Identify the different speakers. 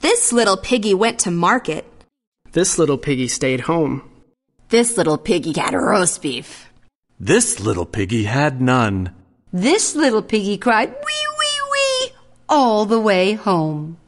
Speaker 1: This little piggy went to market.
Speaker 2: This little piggy stayed home.
Speaker 3: This little piggy had roast beef.
Speaker 4: This little piggy had none.
Speaker 5: This little piggy cried wee wee wee all the way home.